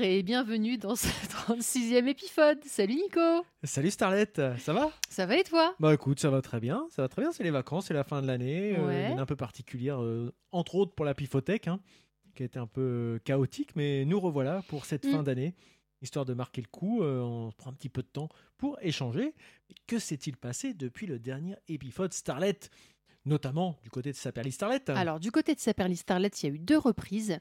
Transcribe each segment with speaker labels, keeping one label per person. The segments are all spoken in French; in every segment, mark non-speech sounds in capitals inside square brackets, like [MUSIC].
Speaker 1: et bienvenue dans ce [LAUGHS] 36e épisode. Salut Nico
Speaker 2: Salut Starlette, ça va
Speaker 1: Ça va et toi
Speaker 2: Bah écoute, ça va très bien, ça va très bien, c'est les vacances, c'est la fin de l'année, euh,
Speaker 1: Ouais.
Speaker 2: une un peu particulière, euh, entre autres pour la pifothèque, hein, qui a été un peu euh, chaotique, mais nous revoilà pour cette
Speaker 1: Mm.
Speaker 2: fin d'année, histoire de marquer le coup, euh, on prend un petit peu de temps pour échanger. Que s'est-il passé depuis le dernier épisode Starlette Notamment du côté de Saperly Starlette.
Speaker 1: Alors, du côté de Saperly Starlet, il y a eu deux reprises.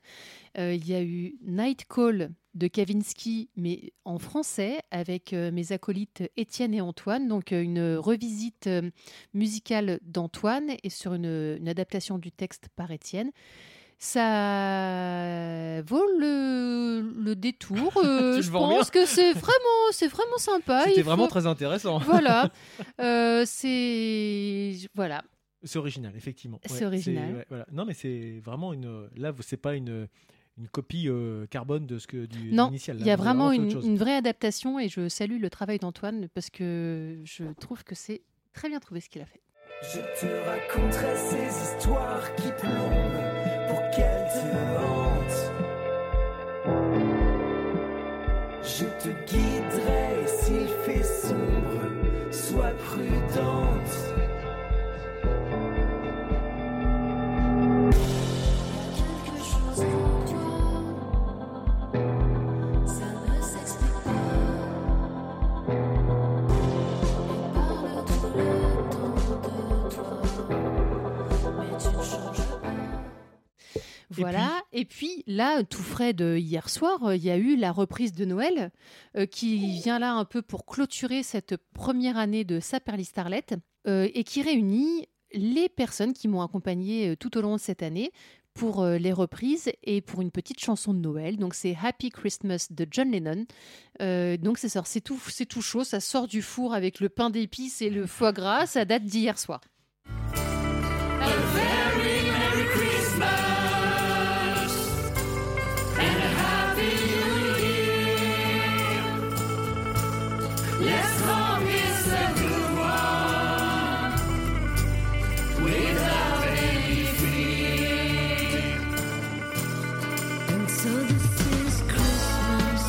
Speaker 1: Euh, il y a eu Night Call de Kavinsky, mais en français, avec euh, mes acolytes Étienne et Antoine. Donc, euh, une revisite euh, musicale d'Antoine et sur une, une adaptation du texte par Étienne. Ça vaut le, le
Speaker 2: [LAUGHS]
Speaker 1: détour. euh,
Speaker 2: le
Speaker 1: je
Speaker 2: vends bien.
Speaker 1: pense que c'est vraiment, c'est vraiment sympa.
Speaker 2: C'était
Speaker 1: il faut-
Speaker 2: vraiment très intéressant.
Speaker 1: Voilà. [LAUGHS] Euh, c'est. Voilà.
Speaker 2: C'est original, effectivement.
Speaker 1: C'est original.
Speaker 2: ouais, voilà. Non, mais c'est vraiment une. euh, Là, vous- c'est pas une une copie euh, carbone de ce que du
Speaker 1: Non,
Speaker 2: initial.
Speaker 1: Il y a vraiment une, une vraie adaptation et je salue le travail d'Antoine parce que je trouve que c'est très bien trouvé ce qu'il a fait.
Speaker 3: Je te raconterai ces histoires qui plombent pour qu'elles te hantent. Je te guiderai s'il fait sombre, sois prudente.
Speaker 4: Quelque chose en toi, ça ne s'explique pas. On parle tout le temps de toi, mais tu ne changes pas.
Speaker 1: Voilà. Et puis, là, tout frais de hier soir, euh, il y a eu la reprise de Noël euh, qui vient là un peu pour clôturer cette première année de Saperly Starlet euh, et qui réunit les personnes qui m'ont accompagné euh, tout au long de cette année pour euh, les reprises et pour une petite chanson de Noël. Donc c'est Happy Christmas de John Lennon. Euh, donc c'est ça, c'est tout, c'est tout chaud, ça sort du four avec le pain d'épices et [LAUGHS] le foie gras, ça date d'hier soir.
Speaker 4: And so this is Christmas.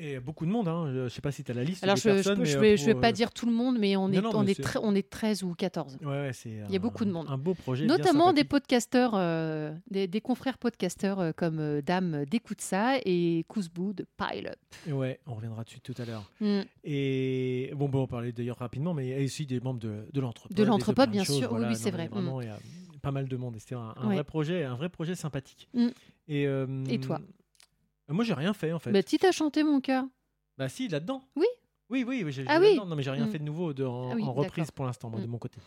Speaker 2: Et beaucoup de monde. Hein. Je, je sais pas si tu as la liste.
Speaker 1: Alors
Speaker 2: des
Speaker 1: je, je,
Speaker 2: personnes,
Speaker 1: peux-
Speaker 2: mais,
Speaker 1: je
Speaker 2: euh,
Speaker 1: vais,
Speaker 2: pour,
Speaker 1: je vais
Speaker 2: euh,
Speaker 1: pas dire tout le monde, mais on
Speaker 2: Non,
Speaker 1: est,
Speaker 2: non,
Speaker 1: on,
Speaker 2: mais
Speaker 1: est
Speaker 2: c'est-
Speaker 1: très- on est 13 ou 14.
Speaker 2: Ouais, ouais, c'est. Il
Speaker 1: y a beaucoup de monde.
Speaker 2: Un beau projet. bien
Speaker 1: Notamment des
Speaker 2: sympathique.
Speaker 1: podcasteurs, euh, des, des confrères podcasteurs euh, comme euh, Dame d'écoute ça et Kouzbou de Pile Up.
Speaker 2: Ouais, on reviendra dessus tout à l'heure.
Speaker 1: Mm.
Speaker 2: Et bon, bon, on parlait d'ailleurs rapidement, mais il y a aussi des membres de, de l'entrepôt.
Speaker 1: De l'entrepôt,
Speaker 2: l'entrepôt,
Speaker 1: bien sûr. Oui, oui, c'est vrai. Mm.
Speaker 2: Vraiment, il y a pas mal de monde. et C'était un, un
Speaker 1: Ouais.
Speaker 2: vrai projet, un vrai projet sympathique.
Speaker 1: Mm.
Speaker 2: Et, euh,
Speaker 1: Et toi
Speaker 2: Moi, j'ai rien fait en fait.
Speaker 1: Bah, tu t'as chanté mon cœur.
Speaker 2: Bah si, là-dedans.
Speaker 1: Oui.
Speaker 2: Oui, oui, oui, j'ai
Speaker 1: Ah
Speaker 2: j'ai
Speaker 1: oui.
Speaker 2: là-dedans. Non, mais j'ai rien
Speaker 1: Mm.
Speaker 2: fait de nouveau de- en,
Speaker 1: Ah oui,
Speaker 2: en reprise
Speaker 1: d'accord.
Speaker 2: pour l'instant, moi, de
Speaker 1: Mm.
Speaker 2: mon côté.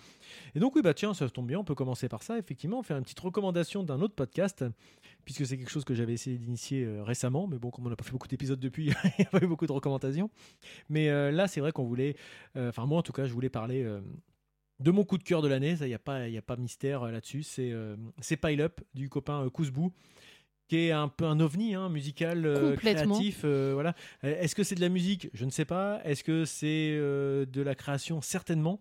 Speaker 2: Et donc, oui, bah tiens, ça tombe bien, on peut commencer par ça, effectivement, faire une petite recommandation d'un autre podcast, puisque c'est quelque chose que j'avais essayé d'initier euh, récemment, mais bon, comme on n'a pas fait beaucoup d'épisodes depuis, [LAUGHS] il n'y a pas eu beaucoup de recommandations. Mais euh, là, c'est vrai qu'on voulait, euh, enfin, moi en tout cas, je voulais parler. euh, de mon coup de cœur de l'année, ça, il n'y a, pas- y a pas mystère euh, là-dessus, c'est euh, c'est Pile Up du copain euh, Kouzbou, qui est un peu un ovni hein, musical, euh,
Speaker 1: Complètement.
Speaker 2: créatif. euh, voilà. Euh, Est-ce que c'est de la musique Je ne sais pas. Est-ce que c'est euh, de la création Certainement.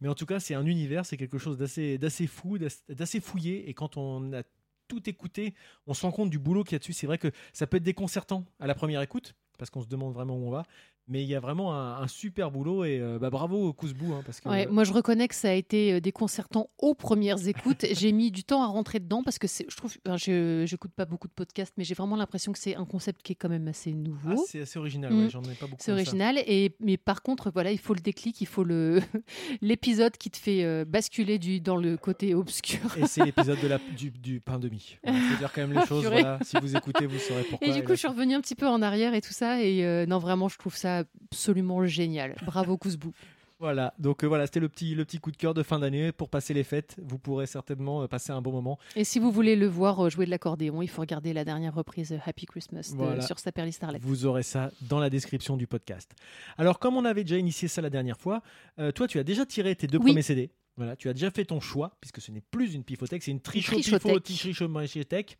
Speaker 2: Mais en tout cas, c'est un univers, c'est quelque chose d'assez d'assez fou, d'ass- d'assez fouillé. Et quand on a tout écouté, on se rend compte du boulot qu'il y a dessus. C'est vrai que ça peut être déconcertant à la première écoute, parce qu'on se demande vraiment où on va. Mais il y a vraiment un, un super boulot. Et euh, bah, bravo, Kouzbou. hein, parce que
Speaker 1: Ouais, moi, je reconnais que ça a été euh, déconcertant aux premières [LAUGHS] écoutes. j'ai mis du temps à rentrer dedans parce que c'est- je trouve, enfin, je n'écoute pas beaucoup de podcasts, mais j'ai vraiment l'impression que c'est un concept qui est quand même assez nouveau.
Speaker 2: Ah, c'est assez original.
Speaker 1: Mm.
Speaker 2: ouais, J'en ai pas beaucoup.
Speaker 1: C'est
Speaker 2: comme ça.
Speaker 1: original, et, mais par contre, voilà, il faut le déclic, il faut le [LAUGHS] l'épisode qui te fait euh, basculer du, dans le côté obscur.
Speaker 2: Et
Speaker 1: [LAUGHS]
Speaker 2: c'est l'épisode de la- du, du pain demi. Voilà, faut dire quand même les
Speaker 1: Ah,
Speaker 2: choses.
Speaker 1: purée.
Speaker 2: voilà. Si vous écoutez, vous saurez pourquoi.
Speaker 1: Et du
Speaker 2: Et
Speaker 1: coup,
Speaker 2: là,
Speaker 1: je suis revenue un petit peu en arrière et tout ça. Et euh, non, vraiment, je trouve ça absolument génial.
Speaker 2: [LAUGHS]
Speaker 1: Bravo, Kouzbou.
Speaker 2: Voilà, donc euh, voilà, c'était le petit, le petit coup de cœur de fin d'année pour passer les fêtes. Vous pourrez certainement euh, passer un bon moment.
Speaker 1: Et si vous voulez le voir euh, jouer de l'accordéon, il faut regarder la dernière reprise euh, Happy Christmas de-
Speaker 2: Voilà.
Speaker 1: sur Saperly Starlet.
Speaker 2: Vous aurez ça dans la description du podcast. Alors, comme on avait déjà initié ça la dernière fois, euh, toi, tu as déjà tiré tes deux
Speaker 1: Oui.
Speaker 2: premiers CD. Voilà, tu as déjà fait ton choix, puisque ce n'est plus une pifothèque, c'est une
Speaker 1: trichothèque.
Speaker 2: trichothèque.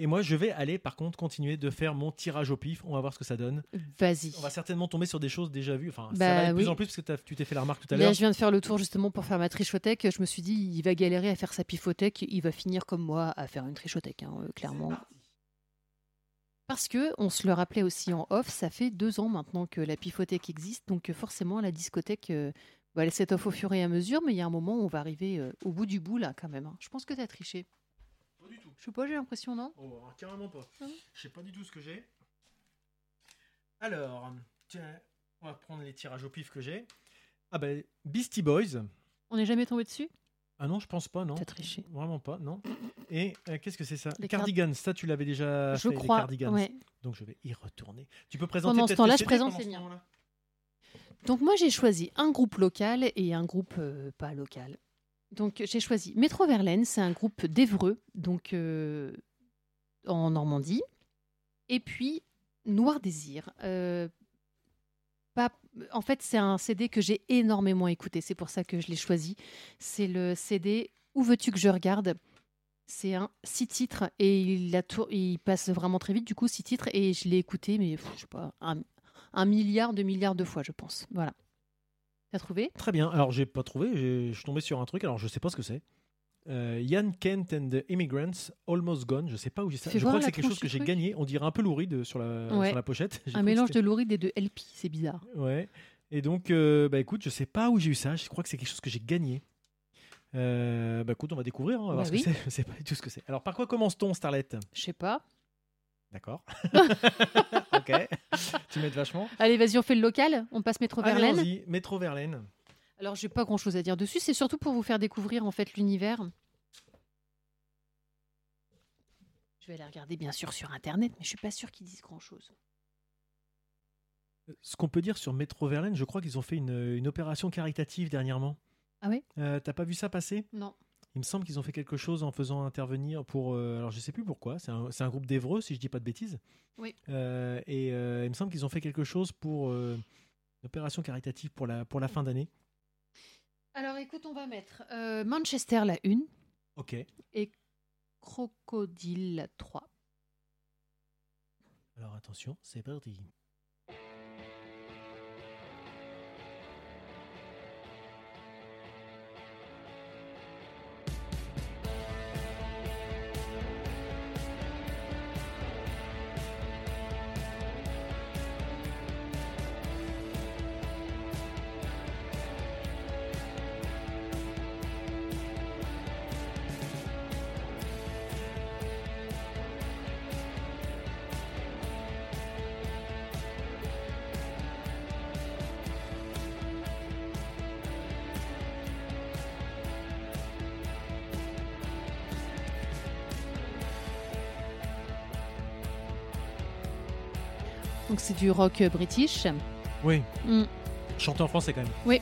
Speaker 2: Et moi, je vais aller, par contre, continuer de faire mon tirage au pif. On va voir ce que ça donne.
Speaker 1: Vas-y.
Speaker 2: On va certainement tomber sur des choses déjà vues. Enfin, ça
Speaker 1: Bah
Speaker 2: va de plus
Speaker 1: oui.
Speaker 2: en plus, parce que t'as- tu t'es fait la remarque tout à
Speaker 1: Là,
Speaker 2: l'heure.
Speaker 1: je viens de faire le tour justement pour faire ma trichothèque. Je me suis dit, il va galérer à faire sa pifothèque. Il va finir comme moi à faire une trichothèque, hein, euh, clairement. Parce que, on se le rappelait aussi en off, ça fait deux ans maintenant que la pifothèque existe. Donc, euh, forcément, la discothèque, euh, bah, elle s'étoffe au fur et à mesure. Mais il y a un moment où on va arriver euh, au bout du bout, là, quand même. hein. Je pense que tu as triché.
Speaker 2: Pas du tout.
Speaker 1: Je sais pas, j'ai l'impression, non
Speaker 2: Oh, alors, carrément pas.
Speaker 1: Ah oui.
Speaker 2: Je sais pas du tout ce que j'ai. Alors, tiens, on va prendre les tirages au pif que j'ai. Ah ben, Beastie Boys.
Speaker 1: On n'est jamais tombé dessus
Speaker 2: Ah non, je pense pas, non.
Speaker 1: T'as triché.
Speaker 2: Vraiment pas, non. Et euh, qu'est-ce que c'est ça
Speaker 1: Les
Speaker 2: Les
Speaker 1: card-
Speaker 2: cardigans, ça tu l'avais déjà
Speaker 1: Je
Speaker 2: fait, les
Speaker 1: crois.
Speaker 2: cardigans.
Speaker 1: ouais.
Speaker 2: Donc je vais y retourner. Tu peux présenter
Speaker 1: Pendant ce
Speaker 2: peut-être
Speaker 1: temps-là,
Speaker 2: les
Speaker 1: je
Speaker 2: CD
Speaker 1: présente
Speaker 2: pendant
Speaker 1: les
Speaker 2: ce
Speaker 1: miens.
Speaker 2: moment-là
Speaker 1: Donc moi j'ai choisi un groupe local et un groupe euh, pas local. Donc j'ai choisi Métro Verlaine, c'est un groupe d'Evreux, donc euh, en Normandie. Et puis Noir Désir. euh, pas, en fait c'est un CD que j'ai énormément écouté, c'est pour ça que je l'ai choisi. C'est le CD Où veux-tu que je regarde c'est un six titres et il, a tour- il passe vraiment très vite du coup six titres et je l'ai écouté mais pff, je sais pas un, un milliard, deux milliards de fois, je pense. Voilà. T'as trouvé
Speaker 2: Très bien. Alors j'ai pas trouvé, j'ai- je suis tombé sur un truc, alors je sais pas ce que c'est. Euh, Ian Kent and the Immigrants, Almost Gone. Je sais pas où j'ai ça.
Speaker 1: Fais
Speaker 2: Je
Speaker 1: voir
Speaker 2: crois que
Speaker 1: la
Speaker 2: c'est quelque chose
Speaker 1: tronche
Speaker 2: que
Speaker 1: du
Speaker 2: j'ai
Speaker 1: truc.
Speaker 2: gagné. On dirait un peu louride sur la,
Speaker 1: Ouais.
Speaker 2: sur la pochette. [LAUGHS] J'ai
Speaker 1: Un
Speaker 2: cru que
Speaker 1: mélange
Speaker 2: c'était-
Speaker 1: de Louride et de LP, c'est bizarre.
Speaker 2: Ouais. Et donc, euh, bah écoute, je sais pas où j'ai eu ça. Je crois que c'est quelque chose que j'ai gagné. Euh, bah écoute, on va découvrir. hein, on va
Speaker 1: Bah
Speaker 2: voir
Speaker 1: oui.
Speaker 2: ce que c'est. [LAUGHS] Je sais pas du tout ce que c'est. Alors par quoi commence-t-on, Starlet
Speaker 1: Je sais pas.
Speaker 2: [LAUGHS] D'accord. ok. tu m'aides vachement.
Speaker 1: Allez, vas-y, on fait le local. On passe métro
Speaker 2: Allez,
Speaker 1: Verlaine.
Speaker 2: allons-y. Métro Verlaine.
Speaker 1: Alors, j'ai pas grand-chose à dire dessus. C'est surtout pour vous faire découvrir en fait l'univers. Je vais aller regarder bien sûr sur internet, mais je suis pas sûre qu'ils disent grand-chose.
Speaker 2: Ce qu'on peut dire sur Métro Verlaine, je crois qu'ils ont fait une, une opération caritative dernièrement.
Speaker 1: Ah oui
Speaker 2: Euh, T'as pas vu ça passer
Speaker 1: Non.
Speaker 2: Il me semble qu'ils ont fait quelque chose en faisant intervenir pour. euh, alors je sais plus pourquoi, c'est un, c'est un groupe d'Evreux, si je dis pas de bêtises.
Speaker 1: Oui.
Speaker 2: Euh, et euh, il me semble qu'ils ont fait quelque chose pour. euh, une opération caritative pour la, pour la fin d'année.
Speaker 1: Alors, écoute, on va mettre euh, Manchester la une,
Speaker 2: Ok.
Speaker 1: Crocodile la 3.
Speaker 2: Alors attention, c'est parti.
Speaker 1: Donc, c'est du rock euh, british.
Speaker 2: Oui.
Speaker 1: Mm.
Speaker 2: Chanté en français quand même.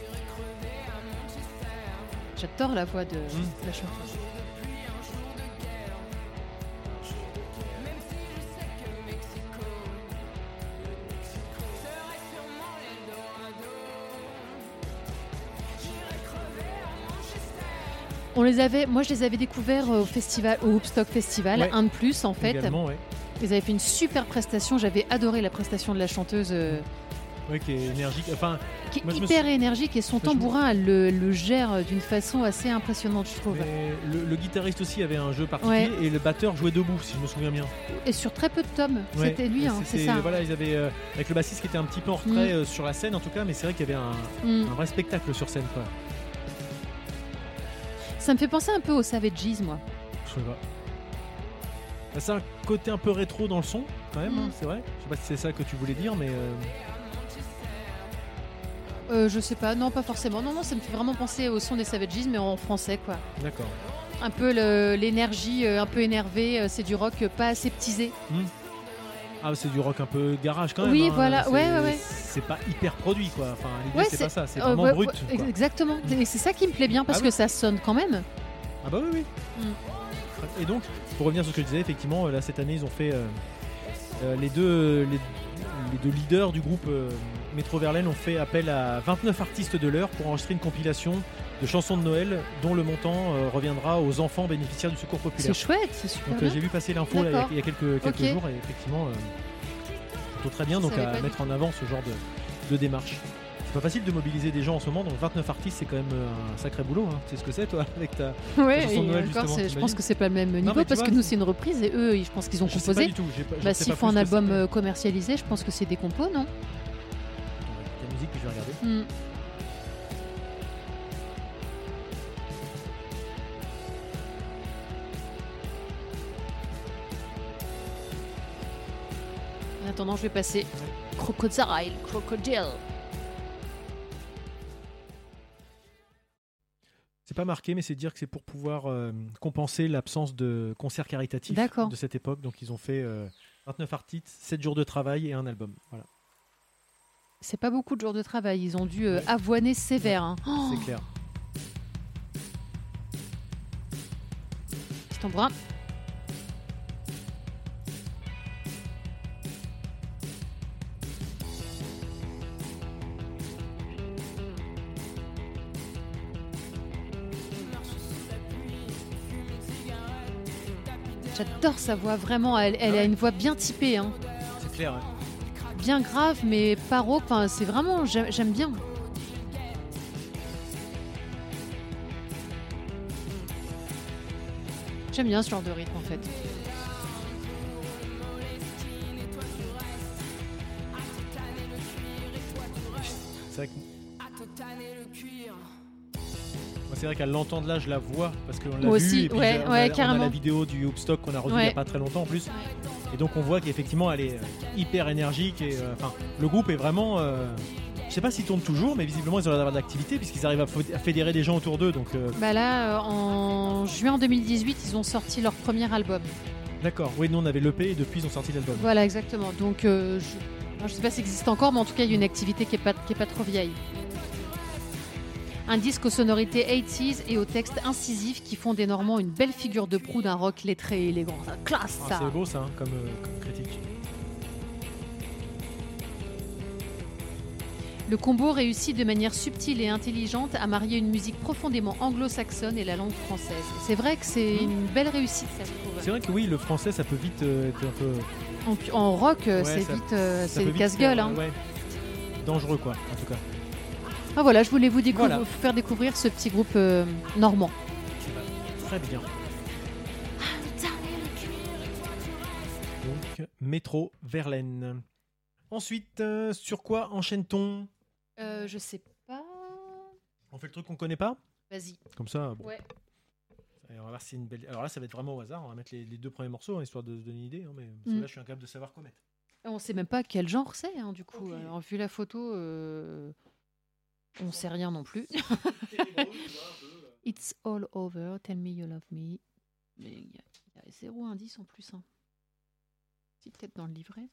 Speaker 1: J'adore la voix de
Speaker 2: Mm.
Speaker 1: la chanteuse. On les avait, moi je les avais découverts euh, au festival, au Hoopstock Festival,
Speaker 2: Ouais.
Speaker 1: un de plus en fait.
Speaker 2: Également, ouais.
Speaker 1: Ils avaient fait une super prestation, j'avais adoré la prestation de la chanteuse euh,
Speaker 2: Ouais, qui est énergique. Enfin,
Speaker 1: qui est
Speaker 2: Moi, je me
Speaker 1: hyper énergique et son
Speaker 2: je me-
Speaker 1: tambourin elle le, le gère euh, d'une façon assez impressionnante je trouve.
Speaker 2: mais le, le guitariste aussi avait un jeu particulier et le batteur jouait debout, si je me souviens bien.
Speaker 1: Et sur très peu de tomes,
Speaker 2: Ouais,
Speaker 1: c'était lui,
Speaker 2: mais
Speaker 1: hein,
Speaker 2: c'était-
Speaker 1: c'est ça.
Speaker 2: Voilà, ils avaient euh, avec le bassiste qui était un petit peu en retrait euh, sur la scène en tout cas, mais c'est vrai qu'il y avait un,
Speaker 1: Mm.
Speaker 2: un vrai spectacle sur scène quoi.
Speaker 1: Ça me fait penser un peu aux Savages moi.
Speaker 2: Je sais pas. Bah, C'est un côté un peu rétro dans le son quand même,
Speaker 1: Mm.
Speaker 2: hein, c'est vrai. Je sais pas si c'est ça que tu voulais dire, mais euh,
Speaker 1: Euh, je sais pas, non, pas forcément. Non, non, ça me fait vraiment penser au son des Savages, mais en français, quoi.
Speaker 2: d'accord.
Speaker 1: Un peu le- l'énergie, euh, un peu énervée, euh, c'est du rock euh, pas aseptisé.
Speaker 2: Ah, c'est du rock un peu garage quand même.
Speaker 1: Oui,
Speaker 2: hein,
Speaker 1: voilà,
Speaker 2: c'est-
Speaker 1: ouais, ouais, ouais.
Speaker 2: C'est pas hyper produit quoi. Enfin, l'idée
Speaker 1: Ouais,
Speaker 2: c'est
Speaker 1: c'est-
Speaker 2: pas ça, c'est
Speaker 1: Euh,
Speaker 2: vraiment
Speaker 1: ouais,
Speaker 2: brut.
Speaker 1: ouais,
Speaker 2: quoi.
Speaker 1: exactement.
Speaker 2: Mm.
Speaker 1: Et c'est ça qui me plaît bien parce
Speaker 2: Ah
Speaker 1: que ça sonne quand même.
Speaker 2: Ah bah oui, oui.
Speaker 1: Mm.
Speaker 2: Et donc, pour revenir sur ce que je disais, effectivement, euh, là cette année ils ont fait euh, euh, les deux les, les deux leaders du groupe euh, Métro Verlaine ont fait appel à 29 artistes de l'heure pour enregistrer une compilation de chansons de Noël dont le montant euh, reviendra aux enfants bénéficiaires du secours populaire.
Speaker 1: C'est chouette, c'est super
Speaker 2: Donc euh,
Speaker 1: bien.
Speaker 2: j'ai vu passer l'info là, il y a-
Speaker 1: D'accord.
Speaker 2: il y a quelques, quelques
Speaker 1: Ok.
Speaker 2: jours et effectivement, euh, plutôt très bien
Speaker 1: Je
Speaker 2: donc
Speaker 1: savais pas
Speaker 2: à
Speaker 1: du
Speaker 2: mettre en avant ce genre de, de démarche. C'est pas facile de mobiliser des gens en ce moment, donc 29 artistes c'est quand même euh, un sacré boulot. hein. Tu sais ce que c'est toi avec ta.
Speaker 1: Ouais,
Speaker 2: chanson de
Speaker 1: et
Speaker 2: Noël,
Speaker 1: encore,
Speaker 2: justement,
Speaker 1: c'est- je pense
Speaker 2: t'imagines
Speaker 1: que c'est pas le même niveau
Speaker 2: mais tu
Speaker 1: parce que
Speaker 2: vois-
Speaker 1: nous c'est une reprise et eux, ils- je pense qu'ils ont
Speaker 2: Je sais pas
Speaker 1: composé.
Speaker 2: du tout. j'ai pas- je
Speaker 1: Bah,
Speaker 2: sais
Speaker 1: s'ils
Speaker 2: pas
Speaker 1: font un
Speaker 2: plus que
Speaker 1: album
Speaker 2: c'était.
Speaker 1: euh, commercialisé, je pense que c'est des compos, non
Speaker 2: Attends, on va écouter la musique puis je vais regarder.
Speaker 1: Hmm. En attendant, je vais passer Crocodile, Crocodile.
Speaker 2: C'est pas marqué, mais c'est dire que c'est pour pouvoir euh, compenser l'absence de concerts caritatifs
Speaker 1: D'accord.
Speaker 2: de cette époque. Donc ils ont fait euh, 29 artistes, 7 jours de travail et un album. Voilà,
Speaker 1: C'est pas beaucoup de jours de travail, ils ont dû euh, avoiner sévère. hein. Oh,
Speaker 2: c'est clair.
Speaker 1: petit embrun. J'adore sa voix, vraiment, elle, elle a une voix bien typée, hein.
Speaker 2: C'est clair. hein.
Speaker 1: bien grave, mais pas rauque. Enfin, c'est vraiment, j'aime j'aime bien. J'aime bien ce genre de rythme en fait.
Speaker 2: C'est vrai que- Moi, C'est vrai qu'à l'entendre là, je la vois parce qu'on l'a
Speaker 1: Moi
Speaker 2: vue
Speaker 1: aussi,
Speaker 2: et puis
Speaker 1: ouais,
Speaker 2: j'ai- on a-
Speaker 1: ouais,
Speaker 2: on a
Speaker 1: carrément.
Speaker 2: la vidéo du Hoopstock qu'on a revue il n'y
Speaker 1: Ouais.
Speaker 2: a pas très longtemps en plus. Et donc on voit qu'effectivement elle est euh, hyper énergique et euh, enfin le groupe est vraiment. euh, je sais pas s'ils tournent toujours, mais visiblement ils ont l'air d'avoir de l'activité puisqu'ils arrivent à fo- à fédérer des gens autour d'eux. Donc euh,
Speaker 1: Bah là, euh, en juin 2018, ils ont sorti leur premier album.
Speaker 2: d'accord. Oui, nous on avait l'EP et depuis ils ont sorti l'album.
Speaker 1: Voilà, exactement. Donc, euh, je... alors, je sais pas si ça existe encore, mais en tout cas, il y a une activité qui est pas, qui est pas trop vieille. Un disque aux sonorités 80s et aux textes incisifs qui font des Normands une belle figure de proue d'un rock lettré et élégant. Ça, classe
Speaker 2: Ah,
Speaker 1: ça
Speaker 2: c'est beau ça hein, comme, euh, comme critique.
Speaker 1: Le combo réussit de manière subtile et intelligente à marier une musique profondément anglo-saxonne et la langue française. C'est vrai que c'est une belle réussite, ça je trouve.
Speaker 2: C'est vrai que oui, le français ça peut vite euh, être un peu.
Speaker 1: En, en rock, euh,
Speaker 2: Ouais,
Speaker 1: c'est
Speaker 2: ça-
Speaker 1: vite, euh,
Speaker 2: ça
Speaker 1: c'est
Speaker 2: peut vite
Speaker 1: casse-gueule.
Speaker 2: faire,
Speaker 1: hein.
Speaker 2: ouais. Dangereux quoi, en tout cas.
Speaker 1: Ah, voilà, je voulais vous, décou-
Speaker 2: Voilà.
Speaker 1: vous faire découvrir ce petit groupe euh, normand.
Speaker 2: Très bien. Donc, métro Verlaine. Ensuite, euh, sur quoi enchaîne-t-on
Speaker 1: Euh, je sais pas.
Speaker 2: On fait le truc qu'on connaît pas
Speaker 1: Vas-y.
Speaker 2: Comme ça, bon.
Speaker 1: Ouais.
Speaker 2: Allez, on va voir si c'est une belle. Alors là, ça va être vraiment au hasard. On va mettre les, les deux premiers morceaux, hein, histoire de se donner une idée. hein, mais parce que
Speaker 1: Mm.
Speaker 2: là, je suis incapable de savoir quoi mettre.
Speaker 1: On sait même pas quel genre c'est, hein, du coup. Alors, vu la photo, euh, on sait rien non [LAUGHS] plus. It's all over, tell me you love me. Mais il y, a- il y a zéro indice en plus. Hein. Si, peut-être dans le livret.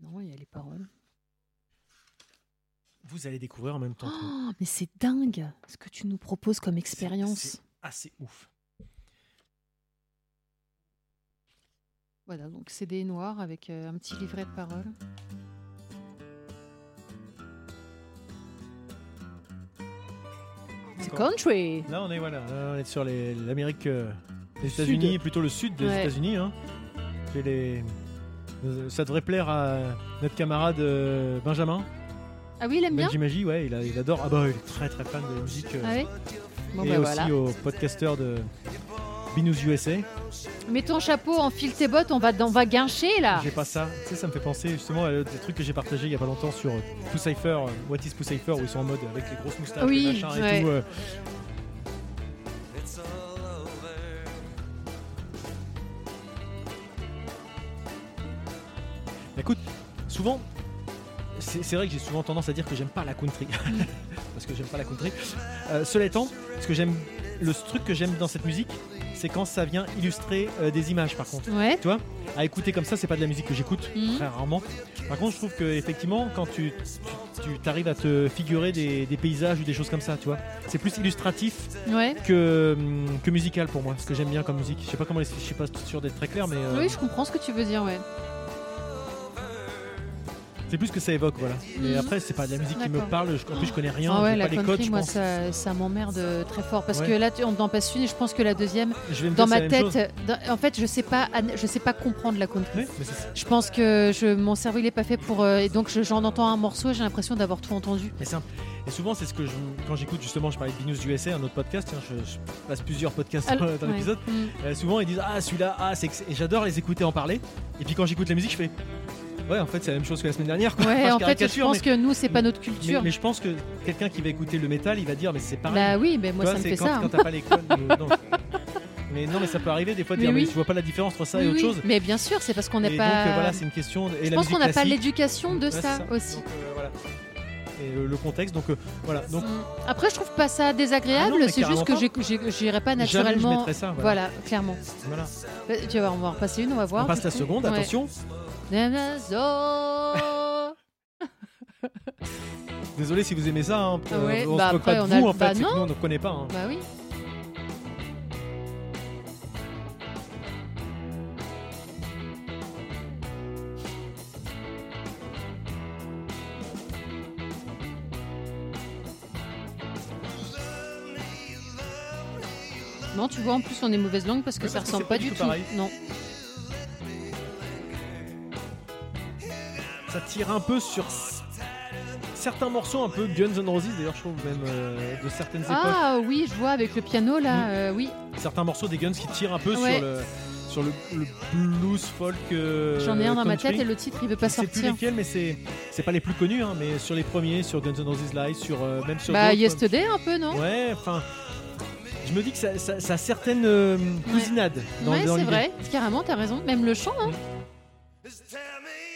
Speaker 1: Non, il y a les paroles.
Speaker 2: Vous allez découvrir en même temps. que nous.
Speaker 1: Oh, mais c'est dingue ce que tu nous proposes comme expérience.
Speaker 2: Ah, c'est- Assez ouf.
Speaker 1: Voilà, donc c'est des noirs avec euh, un petit livret de paroles. C'est
Speaker 2: D'accord.
Speaker 1: country
Speaker 2: Là, on est voilà, là, on est sur les- l'Amérique, euh, les
Speaker 1: Sud.
Speaker 2: États-Unis, plutôt le sud des
Speaker 1: Ouais.
Speaker 2: États-Unis. hein. J'ai les- euh, Ça devrait plaire à notre camarade euh, Benjamin.
Speaker 1: Ah oui, il aime bien
Speaker 2: Benji Magie, ouais, il, a- il adore. Ah bah, il est très très fan de la musique. euh,
Speaker 1: Ah oui Bon
Speaker 2: et
Speaker 1: bah
Speaker 2: aussi
Speaker 1: voilà.
Speaker 2: au podcasteur de Binous USA.
Speaker 1: Mets ton chapeau, enfile tes bottes, on va, on va guincher là
Speaker 2: J'ai pas ça. Tu sais, ça me fait penser justement à l'autre des trucs que j'ai partagé il y a pas longtemps sur euh, Poucipher, euh, What is Poucipher, où ils sont en mode avec les grosses moustaches,
Speaker 1: Oui,
Speaker 2: les machins et
Speaker 1: ouais.
Speaker 2: tout. euh,
Speaker 3: It's all over.
Speaker 2: Écoute, souvent, c'est c'est vrai que j'ai souvent tendance à dire que j'aime pas la country. [LAUGHS] parce que j'aime pas la country. Euh, cela étant, ce que j'aime, le truc que j'aime dans cette musique, c'est quand ça vient illustrer euh, des images par contre.
Speaker 1: Ouais
Speaker 2: Tu vois, à écouter comme ça, c'est pas de la musique que j'écoute,
Speaker 1: Mhm.
Speaker 2: très rarement. Par contre, je trouve que effectivement, quand tu, tu, tu arrives à te figurer des, des paysages ou des choses comme ça, tu vois, c'est plus illustratif
Speaker 1: Ouais
Speaker 2: que, hum, que musical pour moi, ce que j'aime bien comme musique. Je sais pas comment, les- je suis pas sûr d'être très clair, mais euh,
Speaker 1: Ah Oui, je comprends ce que tu veux dire, ouais.
Speaker 2: C'est plus ce que ça évoque, voilà. Mais
Speaker 1: Mhm.
Speaker 2: après, c'est pas de la musique qui me
Speaker 1: D'accord.
Speaker 2: parle. je- En plus, je connais rien.
Speaker 1: Ah ouais,
Speaker 2: j'ai
Speaker 1: la
Speaker 2: pas les
Speaker 1: country,
Speaker 2: codes, je
Speaker 1: moi,
Speaker 2: pense.
Speaker 1: ça, ça m'emmerde euh, très fort. Parce
Speaker 2: Ouais.
Speaker 1: que là, tu- on en passe une et je pense que la deuxième,
Speaker 2: Je vais me
Speaker 1: dans
Speaker 2: dire, c'est
Speaker 1: ma
Speaker 2: la même chose.
Speaker 1: tête, dans- en fait, je sais pas, an- je sais pas comprendre la country.
Speaker 2: Ouais, mais c'est-
Speaker 1: Je pense que je, mon cerveau, il est pas fait pour. euh, et donc, je- j'en entends un morceau et j'ai l'impression d'avoir tout entendu.
Speaker 2: mais c'est un- Et souvent, c'est ce que je... quand j'écoute justement, je parlais de Binous USA, un autre podcast. Tiens, je, je passe plusieurs podcasts
Speaker 1: Alors,
Speaker 2: dans
Speaker 1: ouais.
Speaker 2: l'épisode.
Speaker 1: Mm.
Speaker 2: Euh, souvent, ils disent Ah, celui-là, ah, c'est. ex- Et j'adore les écouter en parler. Et puis, quand j'écoute la musique, je fais Ouais, en fait, c'est la même chose que la semaine dernière. Quoi.
Speaker 1: Ouais,
Speaker 2: Je
Speaker 1: en fait, je
Speaker 2: caricature,
Speaker 1: pense
Speaker 2: mais-
Speaker 1: que nous, c'est pas notre
Speaker 2: mais,
Speaker 1: culture.
Speaker 2: mais je pense que quelqu'un qui va écouter le métal, il va dire Mais c'est pareil.
Speaker 1: bah oui, mais moi,
Speaker 2: Tu vois,
Speaker 1: ça me
Speaker 2: c'est
Speaker 1: fait
Speaker 2: quand,
Speaker 1: ça.
Speaker 2: quand
Speaker 1: hein.
Speaker 2: t'as pas les codes, euh, non. Mais non, mais ça peut arriver des fois de
Speaker 1: Mais
Speaker 2: dire
Speaker 1: oui.
Speaker 2: Mais je vois pas la différence entre ça
Speaker 1: Oui,
Speaker 2: et autre
Speaker 1: oui,
Speaker 2: chose.
Speaker 1: Mais bien sûr, c'est parce qu'on
Speaker 2: Et
Speaker 1: n'est pas.
Speaker 2: donc, euh, voilà, c'est une question. de- Et
Speaker 1: je
Speaker 2: la
Speaker 1: pense
Speaker 2: musique
Speaker 1: qu'on n'a pas
Speaker 2: classique,
Speaker 1: l'éducation de
Speaker 2: ouais, c'est
Speaker 1: ça, aussi.
Speaker 2: Donc, euh, voilà. Et euh, le contexte, donc euh, voilà. Donc,
Speaker 1: Mm. Après, je trouve pas ça
Speaker 2: Ah non,
Speaker 1: désagréable,
Speaker 2: mais
Speaker 1: c'est juste que
Speaker 2: carrément
Speaker 1: j'ai- j'ai- j'irai pas
Speaker 2: jamais je
Speaker 1: naturellement.
Speaker 2: mettrais ça. Voilà.
Speaker 1: Voilà, clairement.
Speaker 2: Voilà.
Speaker 1: Bah, Tu vas voir, on va en repasser une, on va voir.
Speaker 2: On passe la seconde,
Speaker 1: Ouais.
Speaker 2: attention. [LAUGHS]
Speaker 1: Nanazo.
Speaker 2: Désolé si vous aimez ça, hein,
Speaker 1: Ah
Speaker 2: euh,
Speaker 1: ouais,
Speaker 2: on
Speaker 1: bah
Speaker 2: se moque pas
Speaker 1: après,
Speaker 2: de
Speaker 1: on a
Speaker 2: vous
Speaker 1: le-
Speaker 2: en fait,
Speaker 1: bah
Speaker 2: c'est que
Speaker 1: non.
Speaker 2: nous on ne connaît pas. hein.
Speaker 1: Bah oui. Non, tu vois, en plus, on est mauvaise langue parce que
Speaker 2: Oui,
Speaker 1: ça
Speaker 2: parce que
Speaker 1: ressemble
Speaker 2: c'est
Speaker 1: pas
Speaker 2: pas
Speaker 1: du
Speaker 2: du
Speaker 1: tout.
Speaker 2: tout pareil.
Speaker 1: Non.
Speaker 2: Ça tire un peu sur c- certains morceaux, un peu Guns N' Roses d'ailleurs, je trouve même euh, de certaines époques.
Speaker 1: Ah oui, je vois avec le piano là, euh, oui,
Speaker 2: Certains morceaux des Guns qui tirent un peu
Speaker 1: Ouais.
Speaker 2: sur le sur le, le blues folk. euh,
Speaker 1: j'en ai un dans ma
Speaker 2: country.
Speaker 1: tête et le titre il veut pas
Speaker 2: Je sais plus
Speaker 1: sortir.
Speaker 2: lesquels, mais c'est c'est pas les plus connus, hein, mais sur les premiers, sur Guns N' Roses Live, sur euh, même sur
Speaker 1: Bah,
Speaker 2: d'autres,
Speaker 1: yesterday un peu, non
Speaker 2: Ouais, enfin. Je me dis que ça, ça, ça a certaines euh, cousinades dans,
Speaker 1: Ouais,
Speaker 2: dans
Speaker 1: c'est
Speaker 2: l'idée.
Speaker 1: vrai, carrément, t'as raison, même le chant, hein.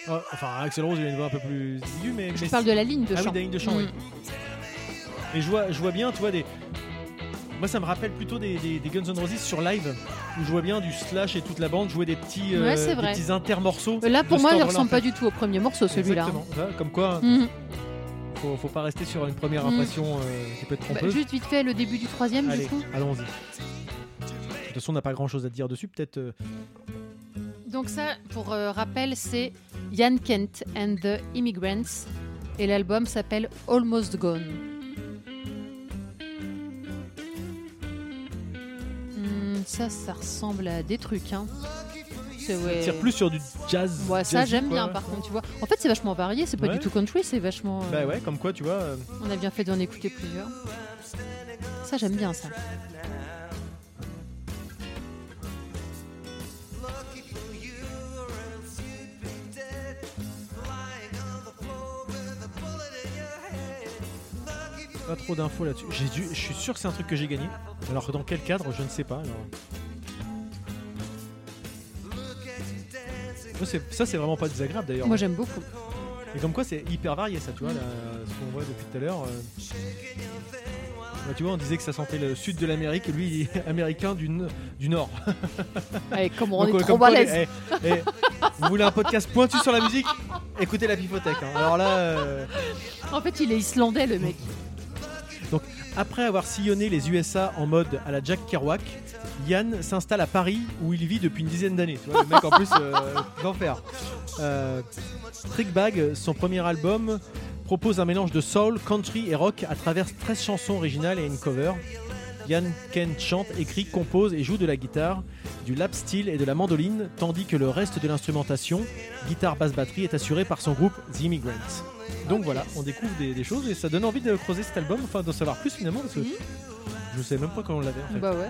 Speaker 2: Ouais, enfin, Axel Rose, il a une voix un peu plus aiguë, mais.
Speaker 1: je
Speaker 2: mais
Speaker 1: parle de la ligne de
Speaker 2: Ah oui,
Speaker 1: chant. Mm.
Speaker 2: de la ligne de chant, oui. Et je vois, je vois bien, tu vois, des. Moi, ça me rappelle plutôt des, des- des Guns N' Roses sur live, où je vois bien du Slash et toute la bande jouer des petits, euh,
Speaker 1: Ouais, c'est
Speaker 2: des
Speaker 1: vrai. Euh,
Speaker 2: petits intermorceaux.
Speaker 1: Là, pour
Speaker 2: de
Speaker 1: moi,
Speaker 2: cet
Speaker 1: il
Speaker 2: ordre-là, en
Speaker 1: ressemble
Speaker 2: fait.
Speaker 1: pas du tout au premier morceau, celui-là. hein.
Speaker 2: Exactement. Ouais, Comme quoi,
Speaker 1: Mhm.
Speaker 2: faut, faut pas rester sur une première
Speaker 1: Mm.
Speaker 2: impression euh, qui peut être
Speaker 1: Bah,
Speaker 2: trompeuse.
Speaker 1: juste vite fait, le début du troisième,
Speaker 2: Allez,
Speaker 1: du coup.
Speaker 2: allons-y. De toute façon, on n'a pas grand-chose à dire dessus. Peut-être euh,
Speaker 1: Donc ça, pour euh, rappel, c'est Ian Kent and the Immigrants. Et l'album s'appelle Almost Gone. Hmm, ça, ça ressemble à des trucs. Hein. C'est- ouais.
Speaker 2: tire plus sur du jazz.
Speaker 1: Euh, Ouais, ça,
Speaker 2: jazzy,
Speaker 1: j'aime
Speaker 2: quoi.
Speaker 1: bien, par contre, tu vois. En fait, c'est vachement varié, c'est pas
Speaker 2: Ouais.
Speaker 1: du tout country, c'est vachement... euh,
Speaker 2: Bah ouais, comme quoi, tu vois. euh,
Speaker 1: On a bien fait d'en écouter plusieurs. Ça, j'aime bien ça.
Speaker 2: pas trop d'infos là-dessus. J'ai dû, je suis sûr que c'est un truc que j'ai gagné. Alors que dans quel cadre, je ne sais pas. alors. Moi, c'est- Ça, c'est vraiment pas désagréable d'ailleurs.
Speaker 1: Moi, j'aime beaucoup.
Speaker 2: Et comme quoi, c'est hyper varié ça, tu vois, là, ce qu'on voit depuis tout à l'heure. euh. Bah, tu vois, on disait que ça sentait le sud de l'Amérique, et lui, il est américain du, n- du nord.
Speaker 1: Allez, comme on
Speaker 2: Donc,
Speaker 1: est
Speaker 2: euh,
Speaker 1: trop
Speaker 2: comme quoi,
Speaker 1: balèze.
Speaker 2: eh, eh, vous voulez un podcast pointu sur la musique Écoutez la pipothèque. hein. Alors là, euh,
Speaker 1: En fait, il est islandais, le mec.
Speaker 2: après avoir sillonné les USA en mode à la Jack Kerouac, Yann s'installe à Paris où il vit depuis une dizaine d'années. Tu vois, le mec en plus,
Speaker 1: [LAUGHS]
Speaker 2: euh, d'enfer. Euh, Trick Bag, son premier album, propose un mélange de soul, country et rock à travers 13 chansons originales et une cover. Yann Kent chante, écrit, compose et joue de la guitare, du lap steel et de la mandoline, tandis que le reste de l'instrumentation, guitare, basse, batterie, est assuré par son groupe The Immigrants. Donc voilà, on découvre des, des choses et ça donne envie de creuser cet album, enfin d'en savoir plus finalement, parce que
Speaker 1: Mhm.
Speaker 2: je sais même pas quand on l'avait en fait.
Speaker 1: Bah ouais.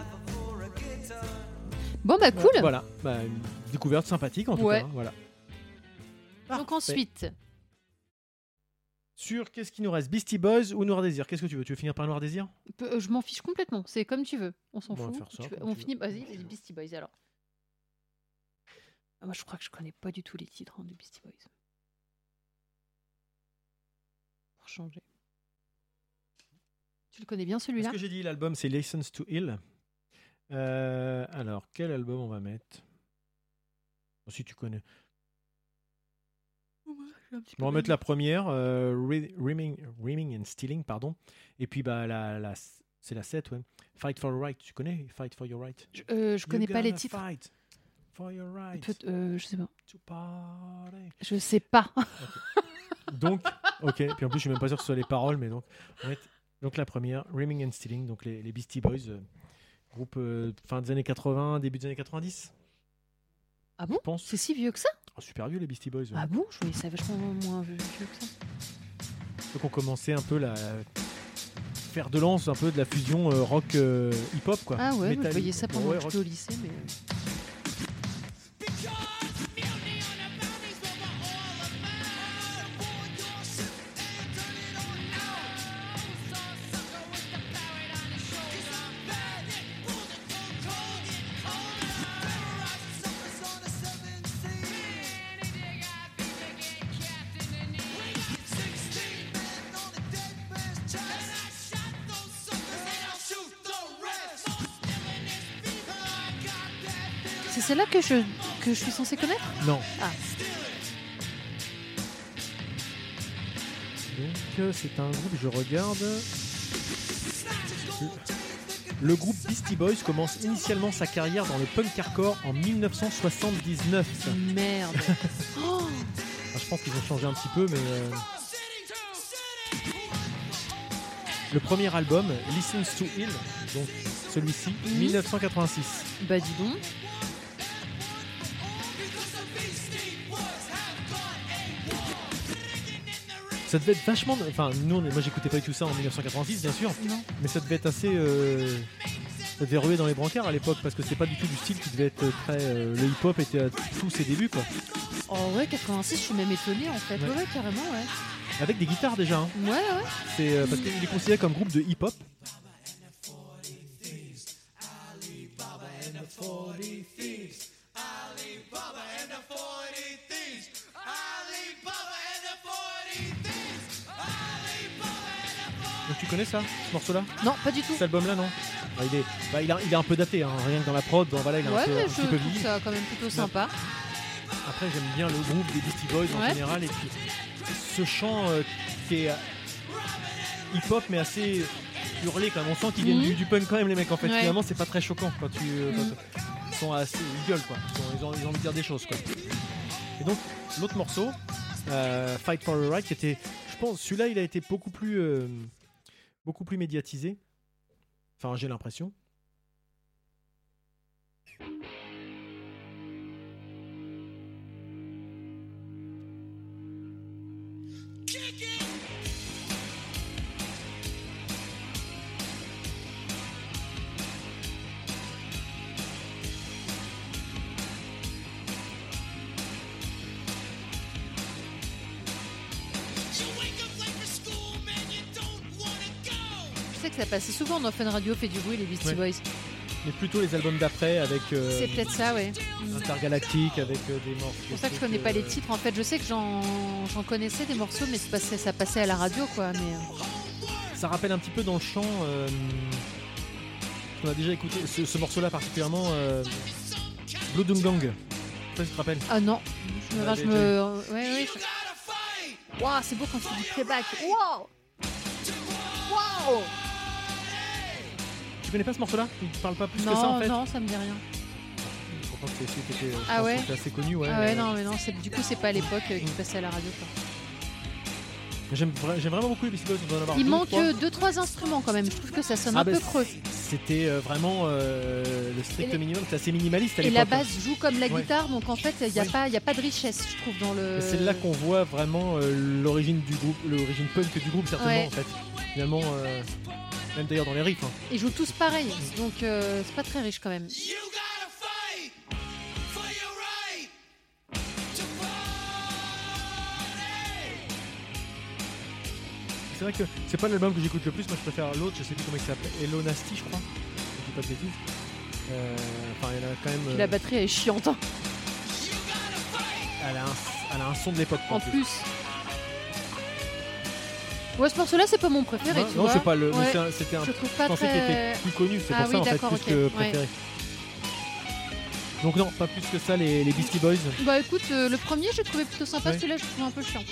Speaker 1: Bon, bah cool.
Speaker 2: Voilà, Bah, une découverte sympathique en tout
Speaker 1: Ouais.
Speaker 2: cas. hein, voilà.
Speaker 1: Donc
Speaker 2: Parfait.
Speaker 1: ensuite,
Speaker 2: Sur qu'est-ce qui nous reste Beastie Boys ou Noir Désir Qu'est-ce que tu veux Tu veux finir par Noir Désir
Speaker 1: peu- euh, je m'en fiche complètement. C'est comme tu veux. On s'en
Speaker 2: Bon, on va
Speaker 1: fout.
Speaker 2: faire ça,
Speaker 1: Tu veux-
Speaker 2: comme
Speaker 1: on
Speaker 2: tu
Speaker 1: finit.
Speaker 2: veux.
Speaker 1: Vas-y, les Beastie Boys alors. Ah, Moi, je crois que je connais pas du tout les titres hein, des Beastie Boys. Pour changer. Tu le connais bien
Speaker 2: Est-ce
Speaker 1: celui-là
Speaker 2: que j'ai dit l'album c'est Lessons to Heal Euh, Alors, quel album on va mettre Bon, Si tu connais. Bon, on va mettre la première, euh, Re- Reaming, Reaming and Stealing, pardon. Et puis, bah, la, la- c'est la 7, ouais. Fight for your right, tu connais Fight for your right.
Speaker 1: Je, euh, je
Speaker 2: You
Speaker 1: connais pas les
Speaker 2: gonna
Speaker 1: titres.
Speaker 2: fight For your right
Speaker 1: Peut- euh, je sais pas.
Speaker 2: to party.
Speaker 1: Je sais pas. [LAUGHS]
Speaker 2: Donc, ok. Puis en plus, je suis même pas sûr que ce soit les paroles, mais donc, en fait, donc la première, Rimming and Stealing, donc les, les Beastie Boys, euh, groupe euh, fin des années 80, début des années 90.
Speaker 1: Ah bon
Speaker 2: Je pense.
Speaker 1: C'est si vieux que ça
Speaker 2: Oh, super vieux les Beastie Boys.
Speaker 1: Ah bon Je voyais ça vachement moins vieux vieux que ça.
Speaker 2: Donc on commençait un peu la faire de lance un peu de la fusion euh, rock euh, hip hop quoi.
Speaker 1: Ah ouais, moi, je
Speaker 2: Métal,
Speaker 1: voyais ça
Speaker 2: hip-hop.
Speaker 1: pendant
Speaker 2: Ouais,
Speaker 1: que
Speaker 2: rock.
Speaker 1: j'étais au lycée, mais... euh, C'est celle-là que je, que je suis censée connaître
Speaker 2: Non.
Speaker 1: Ah.
Speaker 2: Donc euh, c'est un groupe, je regarde. Le groupe Beastie Boys commence initialement sa carrière dans le punk hardcore en 1979. [LAUGHS]
Speaker 1: Merde Oh
Speaker 2: Enfin, Ah, je pense qu'ils ont changé un petit peu, mais. euh, Le premier album, Listens to Hill, donc celui-ci, 1986.
Speaker 1: Bah dis donc
Speaker 2: Ça devait être vachement. Enfin, nous, on est- moi, j'écoutais pas du tout ça en 1986, bien sûr,
Speaker 1: Non.
Speaker 2: mais ça devait être assez. euh, Ça devait ruer dans les brancards à l'époque, parce que c'est pas du tout du style qui devait être très. euh, Le hip-hop était à tous ses débuts, quoi.
Speaker 1: Oh ouais, 86, je suis même étonnée en fait.
Speaker 2: Ouais.
Speaker 1: Ouais, ouais, carrément, ouais.
Speaker 2: Avec des guitares déjà, hein.
Speaker 1: Ouais, ouais.
Speaker 2: C'est euh, parce qu'il est considéré comme groupe de hip-hop. Donc tu connais ça, ce morceau-là
Speaker 1: Non, pas du tout.
Speaker 2: Cet album-là, non Bah, il, est, bah, il, a, il est un peu daté, hein, rien que dans la prod, dans- voilà, il est un,
Speaker 1: Ouais,
Speaker 2: peu,
Speaker 1: mais
Speaker 2: un
Speaker 1: je
Speaker 2: petit peu
Speaker 1: trouve
Speaker 2: vieilli.
Speaker 1: ça quand même plutôt sympa.
Speaker 2: Après, j'aime bien le groupe des Beastie Boys en
Speaker 1: Ouais.
Speaker 2: général. Et puis, ce chant euh, qui est euh, hip-hop, mais assez hurlé quand même. On sent qu'ils viennent
Speaker 1: Mhm.
Speaker 2: du, du punk quand même, les mecs. En fait,
Speaker 1: Ouais.
Speaker 2: finalement, c'est pas très choquant quand tu. euh, quand
Speaker 1: Mhm.
Speaker 2: ils sont assez. Ils gueulent, quoi. Ils ont- Ils ont, ils ont envie de dire des choses, quoi. Et donc, l'autre morceau, euh, Fight for a Right, qui était. Je pense, celui-là, il a été beaucoup plus. euh, beaucoup plus médiatisé. Enfin, j'ai l'impression.
Speaker 1: Je sais que ça passait souvent dans Fun Radio, fait du bruit les Beastie
Speaker 2: Ouais.
Speaker 1: Boys.
Speaker 2: Mais plutôt les albums d'après avec. euh,
Speaker 1: C'est peut-être ça, ouais.
Speaker 2: Intergalactique avec euh, des morceaux.
Speaker 1: C'est pour ça que je connais pas les
Speaker 2: euh,
Speaker 1: titres. En fait, je sais que j'en j'en connaissais des morceaux, mais ça passait, ça passait à la radio, quoi. Mais euh,
Speaker 2: Ça rappelle un petit peu dans le chant. euh, on a déjà écouté ce, ce morceau-là particulièrement. Euh, Bloodung Gang. Je sais pas si tu te rappelles.
Speaker 1: ah non, je me,
Speaker 2: Ah,
Speaker 1: je
Speaker 2: des-
Speaker 1: me, ouais, ouais. Je... Waouh, c'est beau quand c'est du playback. Waouh, waouh.
Speaker 2: Tu connais pas ce morceau-là Il te parle pas plus que ça en
Speaker 1: Non,
Speaker 2: fait
Speaker 1: non, ça me dit rien.
Speaker 2: Pourtant, c'est celui qui était, je
Speaker 1: Ah
Speaker 2: pense,
Speaker 1: ouais
Speaker 2: qui était assez connu. Ouais,
Speaker 1: Ah ouais,
Speaker 2: Euh,
Speaker 1: non, mais non, c'est- du coup, c'est pas à l'époque euh, qui passait à la radio. Quoi.
Speaker 2: J'aime vra- j'aime vraiment beaucoup les Beastie Boys. on doit en avoir
Speaker 1: Il
Speaker 2: deux,
Speaker 1: manque
Speaker 2: trois.
Speaker 1: euh, deux, trois instruments quand même. Je trouve que ça sonne
Speaker 2: Ah
Speaker 1: un
Speaker 2: bah,
Speaker 1: peu creux.
Speaker 2: C'était euh, vraiment euh, le strict
Speaker 1: Et les-
Speaker 2: minimum. C'était assez minimaliste à
Speaker 1: Et
Speaker 2: l'époque.
Speaker 1: la basse joue comme la
Speaker 2: Ouais.
Speaker 1: guitare, donc en fait, il n'y a,
Speaker 2: Ouais.
Speaker 1: pas- y a pas de richesse, je trouve, dans le.
Speaker 2: Et C'est là qu'on voit vraiment euh, l'origine du groupe, l'origine punk du groupe certainement
Speaker 1: Ouais.
Speaker 2: en fait. Finalement, euh, même d'ailleurs dans les riffs. hein.
Speaker 1: Ils jouent tous pareil, donc euh, c'est pas très riche quand même.
Speaker 2: C'est vrai que c'est pas l'album que j'écoute le plus, moi je préfère l'autre, je sais plus comment il s'appelle, Hello Nasty je crois. Je dis pas de bêtises. Euh, Enfin, elle a quand même.
Speaker 1: Puis
Speaker 2: euh,
Speaker 1: la batterie elle est chiante hein,
Speaker 2: euh, elle, a un, elle a un son de l'époque.
Speaker 1: en plus. Ouais, ce morceau-là, c'est pas mon préféré,
Speaker 2: Ouais,
Speaker 1: tu
Speaker 2: non,
Speaker 1: vois.
Speaker 2: c'est pas le. mais
Speaker 1: Ouais,
Speaker 2: c'est un- C'était un.
Speaker 1: Je trouve pas
Speaker 2: pensais qu'il
Speaker 1: très.
Speaker 2: était plus connu, c'est
Speaker 1: Ah
Speaker 2: pour
Speaker 1: oui,
Speaker 2: ça en fait, plus
Speaker 1: d'accord, ok,
Speaker 2: que
Speaker 1: ouais.
Speaker 2: préféré. Donc non, pas plus que ça les, les Beastie Boys.
Speaker 1: Bah écoute, euh, le premier, je le trouvais plutôt sympa,
Speaker 2: Ouais.
Speaker 1: celui-là, je le trouve un peu chiant.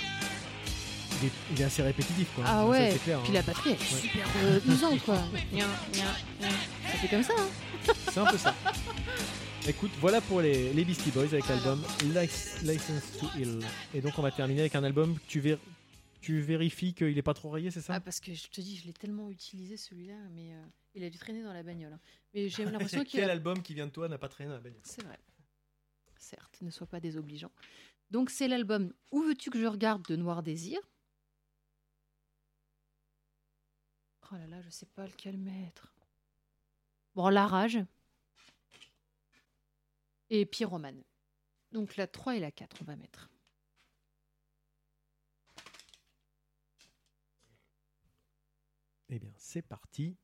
Speaker 2: il est, il est assez répétitif. Quoi.
Speaker 1: Ah
Speaker 2: Ça,
Speaker 1: ouais,
Speaker 2: c'est clair.
Speaker 1: puis
Speaker 2: hein.
Speaker 1: la batterie elle est
Speaker 2: Ouais.
Speaker 1: super euh, usante [LAUGHS] quoi. Gna, gna, gna. Ça fait comme ça. hein.
Speaker 2: C'est un peu ça. Écoute, voilà pour les, les Beastie Boys avec l'album Lic- License to Ill. Et donc on va terminer avec un album que tu, ver- tu vérifies qu'il n'est pas trop rayé, c'est ça
Speaker 1: Ah parce que je te dis, je l'ai tellement utilisé celui-là, mais euh, il a dû traîner dans la bagnole. hein. Mais j'ai
Speaker 2: [LAUGHS]
Speaker 1: l'impression qu'il a...
Speaker 2: album qui vient de toi n'a pas traîné à la bagnole
Speaker 1: C'est vrai. Certes, ne sois pas désobligeant. Donc c'est l'album Où veux-tu que je regarde de Noir Désir. Oh là là, je sais pas lequel mettre. Bon, La Rage. Et Pyromane. Donc la 3 et la 4, on va mettre.
Speaker 2: Eh bien, c'est parti.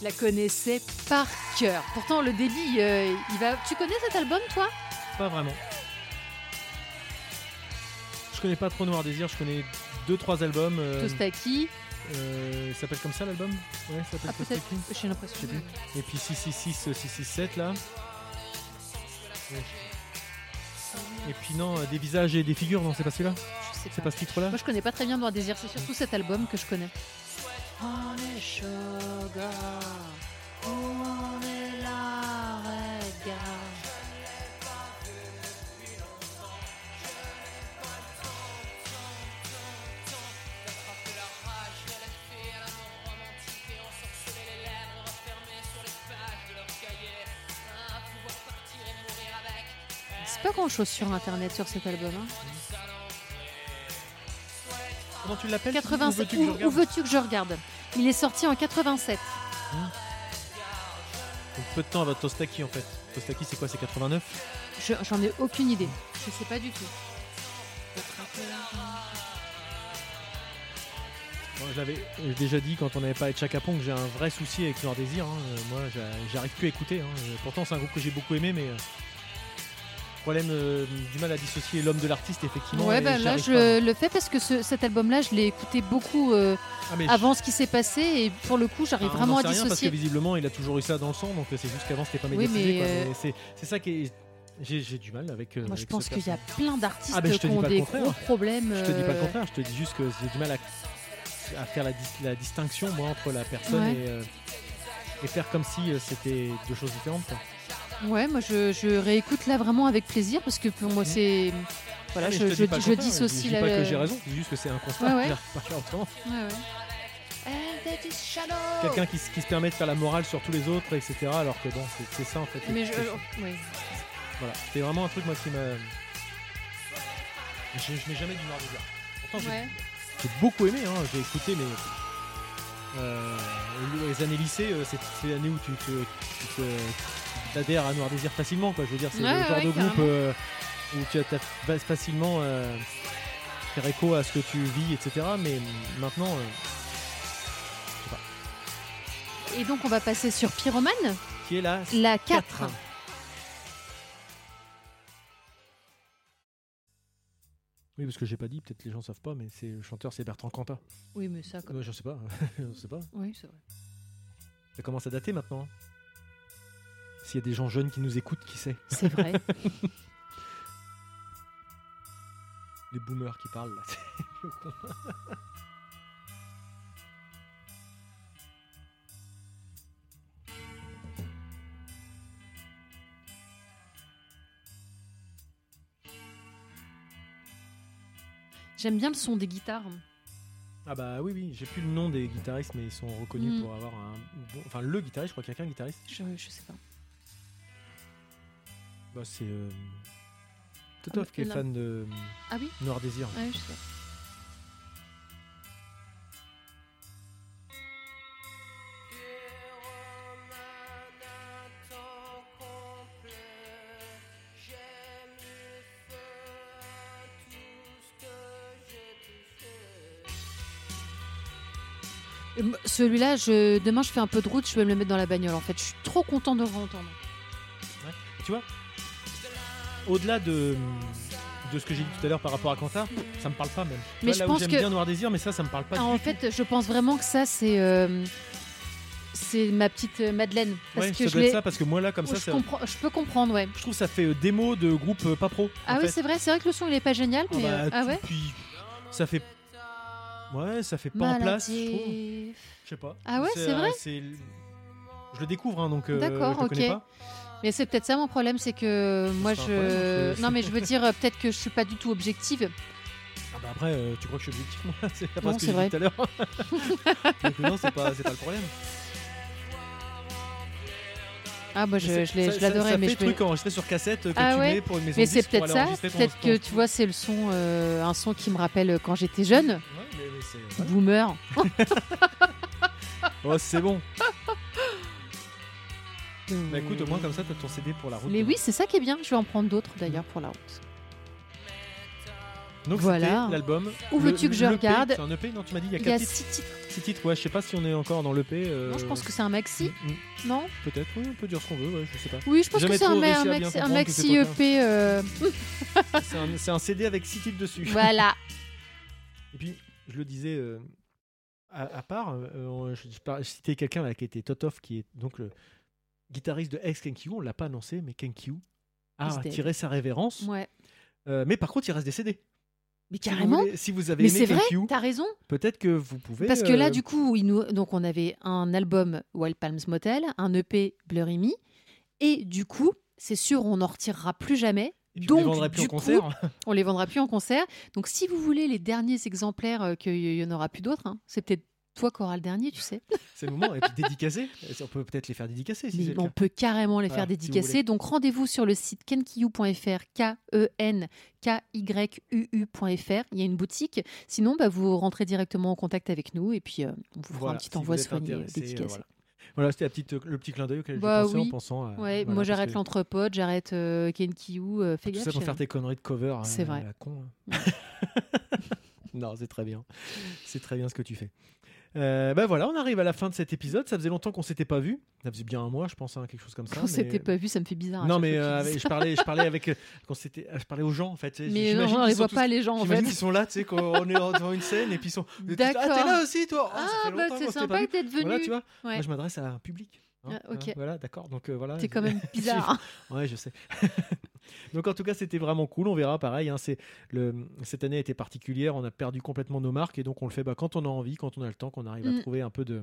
Speaker 1: Je la connaissais par cœur. Pourtant, le débit, euh, il va. Tu connais cet album, toi
Speaker 2: Pas vraiment. Je connais pas trop Noir Désir, je connais deux trois albums. euh,
Speaker 1: Tostaki.
Speaker 2: euh, il s'appelle comme ça l'album Ouais, il s'appelle
Speaker 1: Ah, peut-être.
Speaker 2: Tostaki.
Speaker 1: J'ai l'impression.
Speaker 2: Je sais Et puis 666, euh, 667 là. Et puis non, euh, des visages et des figures, non, c'est pas celui-là
Speaker 1: Je sais
Speaker 2: C'est pas ce titre-là
Speaker 1: Moi, je connais pas très bien Noir Désir. C'est surtout cet album que je connais.
Speaker 3: On est sugar, oh, on est là, regarde.
Speaker 1: C'est pas grand chose sur internet sur cet album. hein.
Speaker 2: Comment tu l'appelles
Speaker 1: 87. Où où veux-tu que je regarde Il est sorti en 87.
Speaker 2: Peu de temps avant Tostaki en fait. Tostaki c'est quoi C'est 89
Speaker 1: Je- J'en ai aucune idée. Je sais pas du tout.
Speaker 2: Moi, je l'avais j'ai déjà dit quand on n'avait pas avec Chaka Pong, j'ai un vrai souci avec Noir Désir. hein. Euh, Moi, j'a- j'arrive plus à écouter. hein. Euh, Pourtant, c'est un groupe que j'ai beaucoup aimé, mais euh, problème euh, du mal à dissocier l'homme de l'artiste, effectivement.
Speaker 1: ouais,
Speaker 2: et
Speaker 1: bah,
Speaker 2: j'y
Speaker 1: là,
Speaker 2: arrive
Speaker 1: je
Speaker 2: pas.
Speaker 1: le fais parce que ce- cet album-là, je l'ai écouté beaucoup euh,
Speaker 2: Ah, mais
Speaker 1: avant ce qui s'est passé et pour le coup,
Speaker 2: je-
Speaker 1: j'arrive
Speaker 2: ah, on
Speaker 1: vraiment
Speaker 2: en
Speaker 1: à
Speaker 2: sait rien parce que
Speaker 1: dissocier.
Speaker 2: visiblement, il a toujours eu ça dans le sang, donc euh, c'est juste qu'avant, c'était pas
Speaker 1: Oui,
Speaker 2: médiatisé.
Speaker 1: mais,
Speaker 2: quoi.
Speaker 1: euh,
Speaker 2: Mais c'est- C'est ça qui est. J'ai j'ai du mal avec. euh,
Speaker 1: Moi, je
Speaker 2: avec
Speaker 1: pense
Speaker 2: ce
Speaker 1: qu'il y a
Speaker 2: personnage.
Speaker 1: plein d'artistes
Speaker 2: Ah, ben, je te
Speaker 1: qui
Speaker 2: dis
Speaker 1: ont
Speaker 2: pas le
Speaker 1: des
Speaker 2: contraire.
Speaker 1: gros problèmes.
Speaker 2: Je te dis pas le
Speaker 1: euh,
Speaker 2: contraire, je te dis juste que j'ai du mal à, à faire la, dis- la distinction moi entre la personne
Speaker 1: Ouais.
Speaker 2: et, euh, et faire comme si euh, c'était deux choses différentes. quoi.
Speaker 1: Ouais, moi, je, je réécoute là vraiment avec plaisir parce que pour moi, c'est. Voilà,
Speaker 2: Ah, mais
Speaker 1: je,
Speaker 2: te dis
Speaker 1: je,
Speaker 2: pas le
Speaker 1: je
Speaker 2: contraire,
Speaker 1: dissocie
Speaker 2: je dis
Speaker 1: la.
Speaker 2: pas que j'ai raison, c'est juste que c'est un constat.
Speaker 1: Ouais, ouais.
Speaker 2: [LAUGHS] j'arrive pas à faire autrement.
Speaker 1: Ouais, ouais.
Speaker 2: Quelqu'un qui, se- qui se permet de faire la morale sur tous les autres, etc. Alors que bon, c'est- c'est ça en fait.
Speaker 1: Mais
Speaker 2: C'est-
Speaker 1: je, ouais.
Speaker 2: Voilà, c'est vraiment un truc moi qui m'a. Je, je n'ai jamais du noir bizarre. Pourtant, j'ai-
Speaker 1: Ouais.
Speaker 2: j'ai beaucoup aimé, hein, j'ai écouté, mais. euh, les années lycée, euh, c'est c'est l'année où tu te- tu te- tu t'adhères à Noir Désir facilement. Quoi. Je veux dire, c'est
Speaker 1: Ouais,
Speaker 2: le genre
Speaker 1: ouais,
Speaker 2: de groupe
Speaker 1: carrément.
Speaker 2: euh, où tu as t'as fa- facilement euh, faire écho à ce que tu vis, etc. Mais maintenant, euh,
Speaker 1: Et donc on va passer sur Pyromane,
Speaker 2: qui est là
Speaker 1: la 4.
Speaker 2: Quatre. Oui, parce que j'ai pas dit, peut-être les gens savent pas, mais c'est le chanteur, c'est Bertrand Cantat.
Speaker 1: Oui, mais ça,
Speaker 2: Euh, je sais pas, [LAUGHS] je sais pas.
Speaker 1: oui, c'est vrai.
Speaker 2: Ça commence à dater maintenant. hein. S'il y a des gens jeunes qui nous écoutent, qui sait
Speaker 1: C'est vrai.
Speaker 2: Les boomers qui parlent là. [LAUGHS] Le con.
Speaker 1: [LAUGHS] J'aime bien le son des guitares.
Speaker 2: ah bah oui, oui, j'ai plus le nom des guitaristes, mais ils sont reconnus
Speaker 1: Mm.
Speaker 2: pour avoir un. bon- Enfin, le guitariste, je crois qu'il y a qu'un guitariste.
Speaker 1: Je, je sais pas.
Speaker 2: Bah, c'est. euh, Totov
Speaker 1: Ah,
Speaker 2: qui est
Speaker 1: non.
Speaker 2: fan de
Speaker 1: Ah oui
Speaker 2: euh, Noir Désir.
Speaker 1: Ouais, je sais. Et m- Celui-là, je... demain je fais un peu de route, je vais me le mettre dans la bagnole en fait. Je suis trop content de le réentendre.
Speaker 2: Tu vois Au-delà de, de ce que j'ai dit tout à l'heure par rapport à Cantar, ça me parle pas même. Tu
Speaker 1: Mais
Speaker 2: vois,
Speaker 1: je
Speaker 2: là où
Speaker 1: pense
Speaker 2: j'aime
Speaker 1: que-
Speaker 2: bien Noir Désir, mais ça, ça me parle pas
Speaker 1: Ah,
Speaker 2: du
Speaker 1: en
Speaker 2: tout.
Speaker 1: fait, je pense vraiment que ça, c'est. euh, c'est ma petite euh, Madeleine. Parce
Speaker 2: Ouais,
Speaker 1: que
Speaker 2: ça
Speaker 1: je
Speaker 2: doit être
Speaker 1: l'ai. Oh,
Speaker 2: ça parce que moi là comme ça,
Speaker 1: je,
Speaker 2: ça-
Speaker 1: comprends- je peux comprendre, ouais.
Speaker 2: je trouve ça fait euh, démo de groupe euh, pas pro. en
Speaker 1: Ah
Speaker 2: fait.
Speaker 1: oui, c'est vrai, c'est vrai que le son il est pas génial,
Speaker 2: Ah
Speaker 1: mais
Speaker 2: bah,
Speaker 1: euh, ah
Speaker 2: tout-
Speaker 1: ouais.
Speaker 2: puis ça fait ouais ça fait pas en place je trouve
Speaker 1: Maladif.
Speaker 2: je sais pas
Speaker 1: Ah ouais, c'est
Speaker 2: euh,
Speaker 1: vrai
Speaker 2: je le découvre hein, donc euh,
Speaker 1: D'accord,
Speaker 2: je le connais
Speaker 1: ok.
Speaker 2: pas.
Speaker 1: Mais c'est peut-être ça mon problème, c'est que moi
Speaker 2: pas un
Speaker 1: je.
Speaker 2: problème, hein, c'est-
Speaker 1: non, mais je veux dire, euh, peut-être que je suis pas du tout objective.
Speaker 2: Ah bah après euh, tu crois que je suis objectif moi [LAUGHS] c'est pas
Speaker 1: Non,
Speaker 2: parce que
Speaker 1: c'est
Speaker 2: j'ai
Speaker 1: vrai.
Speaker 2: dit tout à l'heure
Speaker 1: [LAUGHS]
Speaker 2: donc non c'est pas c'est pas le problème
Speaker 1: Ah, bah je,
Speaker 2: Mais
Speaker 1: je
Speaker 2: ça-
Speaker 1: l'ai-
Speaker 2: ça-
Speaker 1: je
Speaker 2: ça-
Speaker 1: l'adorais,
Speaker 2: ça
Speaker 1: mais
Speaker 2: fait
Speaker 1: je vais-
Speaker 2: truc enregistré sur cassette euh, que
Speaker 1: Ah
Speaker 2: tu
Speaker 1: ouais.
Speaker 2: mets pour une maison
Speaker 1: Mais
Speaker 2: de
Speaker 1: c'est
Speaker 2: disque pour
Speaker 1: peut-être
Speaker 2: aller
Speaker 1: ça,
Speaker 2: enregistrer ton-
Speaker 1: peut-être que
Speaker 2: ton-
Speaker 1: tu vois, c'est le son, euh, un son qui me rappelle quand j'étais jeune,
Speaker 2: Ouais, mais- mais c'est ouais.
Speaker 1: boomer.
Speaker 2: oh c'est bon bah écoute au moins comme ça t'as ton CD pour la route
Speaker 1: Mais oui, c'est ça qui est bien. Je vais en prendre d'autres d'ailleurs pour la route.
Speaker 2: donc
Speaker 1: voilà.
Speaker 2: c'était l'album
Speaker 1: Où
Speaker 2: Le-
Speaker 1: veux-tu que je
Speaker 2: l'EP,
Speaker 1: regarde
Speaker 2: c'est un EP non tu m'as dit il y a
Speaker 1: Il y a
Speaker 2: quatre titres
Speaker 1: six titres.
Speaker 2: Six titres, ouais, je sais pas si on est encore dans l'EP. euh,
Speaker 1: Non, je pense que c'est un maxi,
Speaker 2: mm, mm,
Speaker 1: non
Speaker 2: Peut-être, oui, on peut dire ce qu'on veut, ouais, je sais pas.
Speaker 1: Oui, je pense
Speaker 2: Jamais
Speaker 1: que c'est un,
Speaker 2: trop
Speaker 1: ma-
Speaker 2: réussi à
Speaker 1: un
Speaker 2: bien
Speaker 1: maxi, un
Speaker 2: comprendre que
Speaker 1: maxi
Speaker 2: c'est pas
Speaker 1: EP. euh,
Speaker 2: c'est, un, c'est un CD avec six titres dessus.
Speaker 1: voilà.
Speaker 2: Et puis, je le disais euh, à, à part, euh, euh, je, je par- je citais quelqu'un là qui était Totov, qui est donc le guitariste de ex Kenkyu, on l'a pas annoncé, mais Kenkyu a
Speaker 1: Is dead.
Speaker 2: tiré sa révérence.
Speaker 1: Ouais.
Speaker 2: Euh, mais par contre, il reste des CD.
Speaker 1: Mais
Speaker 2: Si vous
Speaker 1: carrément.
Speaker 2: voulez- Si vous avez
Speaker 1: Mais
Speaker 2: aimé
Speaker 1: c'est vrai,
Speaker 2: Kenkyu,
Speaker 1: t'as raison.
Speaker 2: peut-être que vous pouvez.
Speaker 1: Parce que là,
Speaker 2: euh,
Speaker 1: du coup, il nous... donc on avait un album Wild Palms Motel, un EP Blurry Me, et du coup, c'est sûr, on n'en retirera plus jamais.
Speaker 2: et puis vous les vendrez
Speaker 1: donc,
Speaker 2: plus en
Speaker 1: du coup,
Speaker 2: concert. [LAUGHS]
Speaker 1: on les vendra plus en concert. Donc, si vous voulez les derniers exemplaires, euh, qu'il y en aura plus d'autres, hein, c'est peut-être toi qui auras le dernier, tu sais.
Speaker 2: c'est le moment. Et puis dédicacés. On peut peut-être les faire dédicacer. Si c'est
Speaker 1: Mais
Speaker 2: le
Speaker 1: on
Speaker 2: cas.
Speaker 1: peut carrément les
Speaker 2: Voilà,
Speaker 1: faire
Speaker 2: si vous
Speaker 1: dédicacer.
Speaker 2: voulez.
Speaker 1: Donc rendez-vous sur le site kenkyu.fr, E K-E-N-K-Y-U-U.fr. Il y a une boutique. Sinon, bah, vous rentrez directement en contact avec nous et puis euh, on vous fera
Speaker 2: Voilà,
Speaker 1: un petit
Speaker 2: si
Speaker 1: envoi
Speaker 2: vous êtes
Speaker 1: soigné euh,
Speaker 2: intéressé, euh,
Speaker 1: dédicacé.
Speaker 2: voilà. Voilà, c'était la petite, le petit clin d'œil auquel j'ai
Speaker 1: Bah
Speaker 2: pensé en
Speaker 1: oui.
Speaker 2: pensant à.
Speaker 1: Ouais,
Speaker 2: voilà,
Speaker 1: moi
Speaker 2: parce
Speaker 1: j'arrête
Speaker 2: que
Speaker 1: l'entrepote, j'arrête euh, Kenkyu, euh, fais
Speaker 2: Tout
Speaker 1: gaffe.
Speaker 2: ça pour
Speaker 1: chérie.
Speaker 2: faire tes conneries de cover. hein,
Speaker 1: C'est vrai. Mm.
Speaker 2: à la con. hein. [LAUGHS] non, c'est très bien. C'est très bien ce que tu fais. Euh, bah voilà, on arrive à la fin de cet épisode. Ça faisait longtemps qu'on s'était pas vu. Ça faisait bien un mois, je pense, hein, quelque chose comme
Speaker 1: [LAUGHS]
Speaker 2: ça.
Speaker 1: Quand
Speaker 2: mais-
Speaker 1: c'était pas vu, ça me fait bizarre. à
Speaker 2: Non,
Speaker 1: chaque
Speaker 2: mais
Speaker 1: fois que
Speaker 2: euh,
Speaker 1: tu dis ça.
Speaker 2: avec- je parlais, je parlais avec. Quand c'était, je parlais aux gens en fait.
Speaker 1: mais
Speaker 2: J'imagine
Speaker 1: non, on
Speaker 2: qu'ils
Speaker 1: les
Speaker 2: sont
Speaker 1: voit
Speaker 2: tous-
Speaker 1: pas les gens en
Speaker 2: J'imagine
Speaker 1: fait.
Speaker 2: qu'ils sont là, tu sais, quand on est devant une scène et puis ils sont. Ah, t'es là
Speaker 1: D'accord.
Speaker 2: aussi, toi. Oh, ça
Speaker 1: Ah
Speaker 2: fait
Speaker 1: bah
Speaker 2: longtemps qu'on
Speaker 1: c'est
Speaker 2: s'était pas
Speaker 1: sympa
Speaker 2: vu.
Speaker 1: d'être venu.
Speaker 2: Voilà, tu vois.
Speaker 1: Ouais.
Speaker 2: Moi, je m'adresse à un public. hein,
Speaker 1: Ah, ok.
Speaker 2: hein, voilà, d'accord. Donc euh, voilà.
Speaker 1: T'es quand
Speaker 2: [LAUGHS]
Speaker 1: même bizarre.
Speaker 2: Ouais, je sais. [LAUGHS] Donc en tout cas, c'était vraiment cool. On verra, pareil. hein, c'est le cette année a été particulière. On a perdu complètement nos marques et donc on le fait bah, quand on a envie, quand on a le temps, qu'on arrive
Speaker 1: Mm.
Speaker 2: à trouver un peu de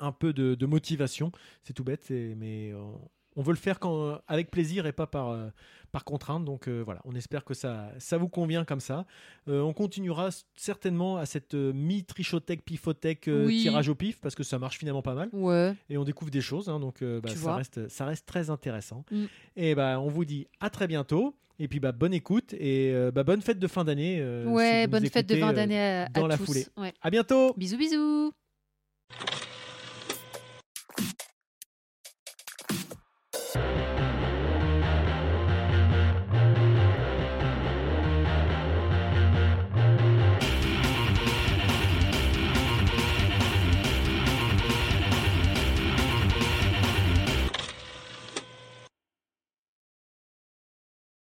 Speaker 2: un peu de, de motivation. C'est tout bête, c'est- mais on, on veut le faire quand, avec plaisir et pas par euh, par contrainte. Donc euh, voilà, on espère que ça ça vous convient comme ça. Euh, on continuera s- certainement à cette euh, mi-trichothèque, pifothèque, euh,
Speaker 1: Oui.
Speaker 2: tirage au pif parce que ça marche finalement pas mal
Speaker 1: Ouais.
Speaker 2: et on découvre des choses. hein, donc euh, bah,
Speaker 1: Tu
Speaker 2: ça,
Speaker 1: vois.
Speaker 2: reste, ça reste très intéressant.
Speaker 1: Mm.
Speaker 2: Et bah, on vous dit à très bientôt. Et puis bah, bonne écoute et euh, bah, bonne fête de fin d'année. euh, si
Speaker 1: Ouais,
Speaker 2: vous nous
Speaker 1: bonne fête de
Speaker 2: écoutez,
Speaker 1: fin
Speaker 2: euh,
Speaker 1: d'année à, à
Speaker 2: dans la
Speaker 1: tous.
Speaker 2: foulée.
Speaker 1: Ouais.
Speaker 2: à bientôt.
Speaker 1: Bisous bisous.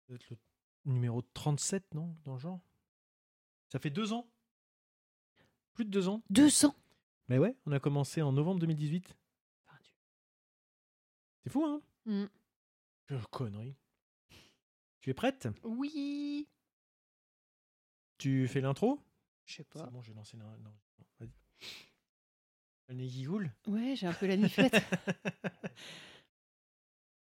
Speaker 2: Peut-être Le numéro 37, non Dans le genre Ça fait deux ans Plus de deux ans
Speaker 1: 200.
Speaker 2: Mais ouais, on a commencé en novembre 2018. C'est fou, hein
Speaker 1: Mm.
Speaker 2: Quelle Connerie. Tu es prête
Speaker 1: Oui.
Speaker 2: Tu fais l'intro
Speaker 1: Je sais pas.
Speaker 2: C'est bon, j'ai lancé. la- Non, non, vas-y. Le nez qui coule
Speaker 1: Ouais, j'ai un peu la nuit faite.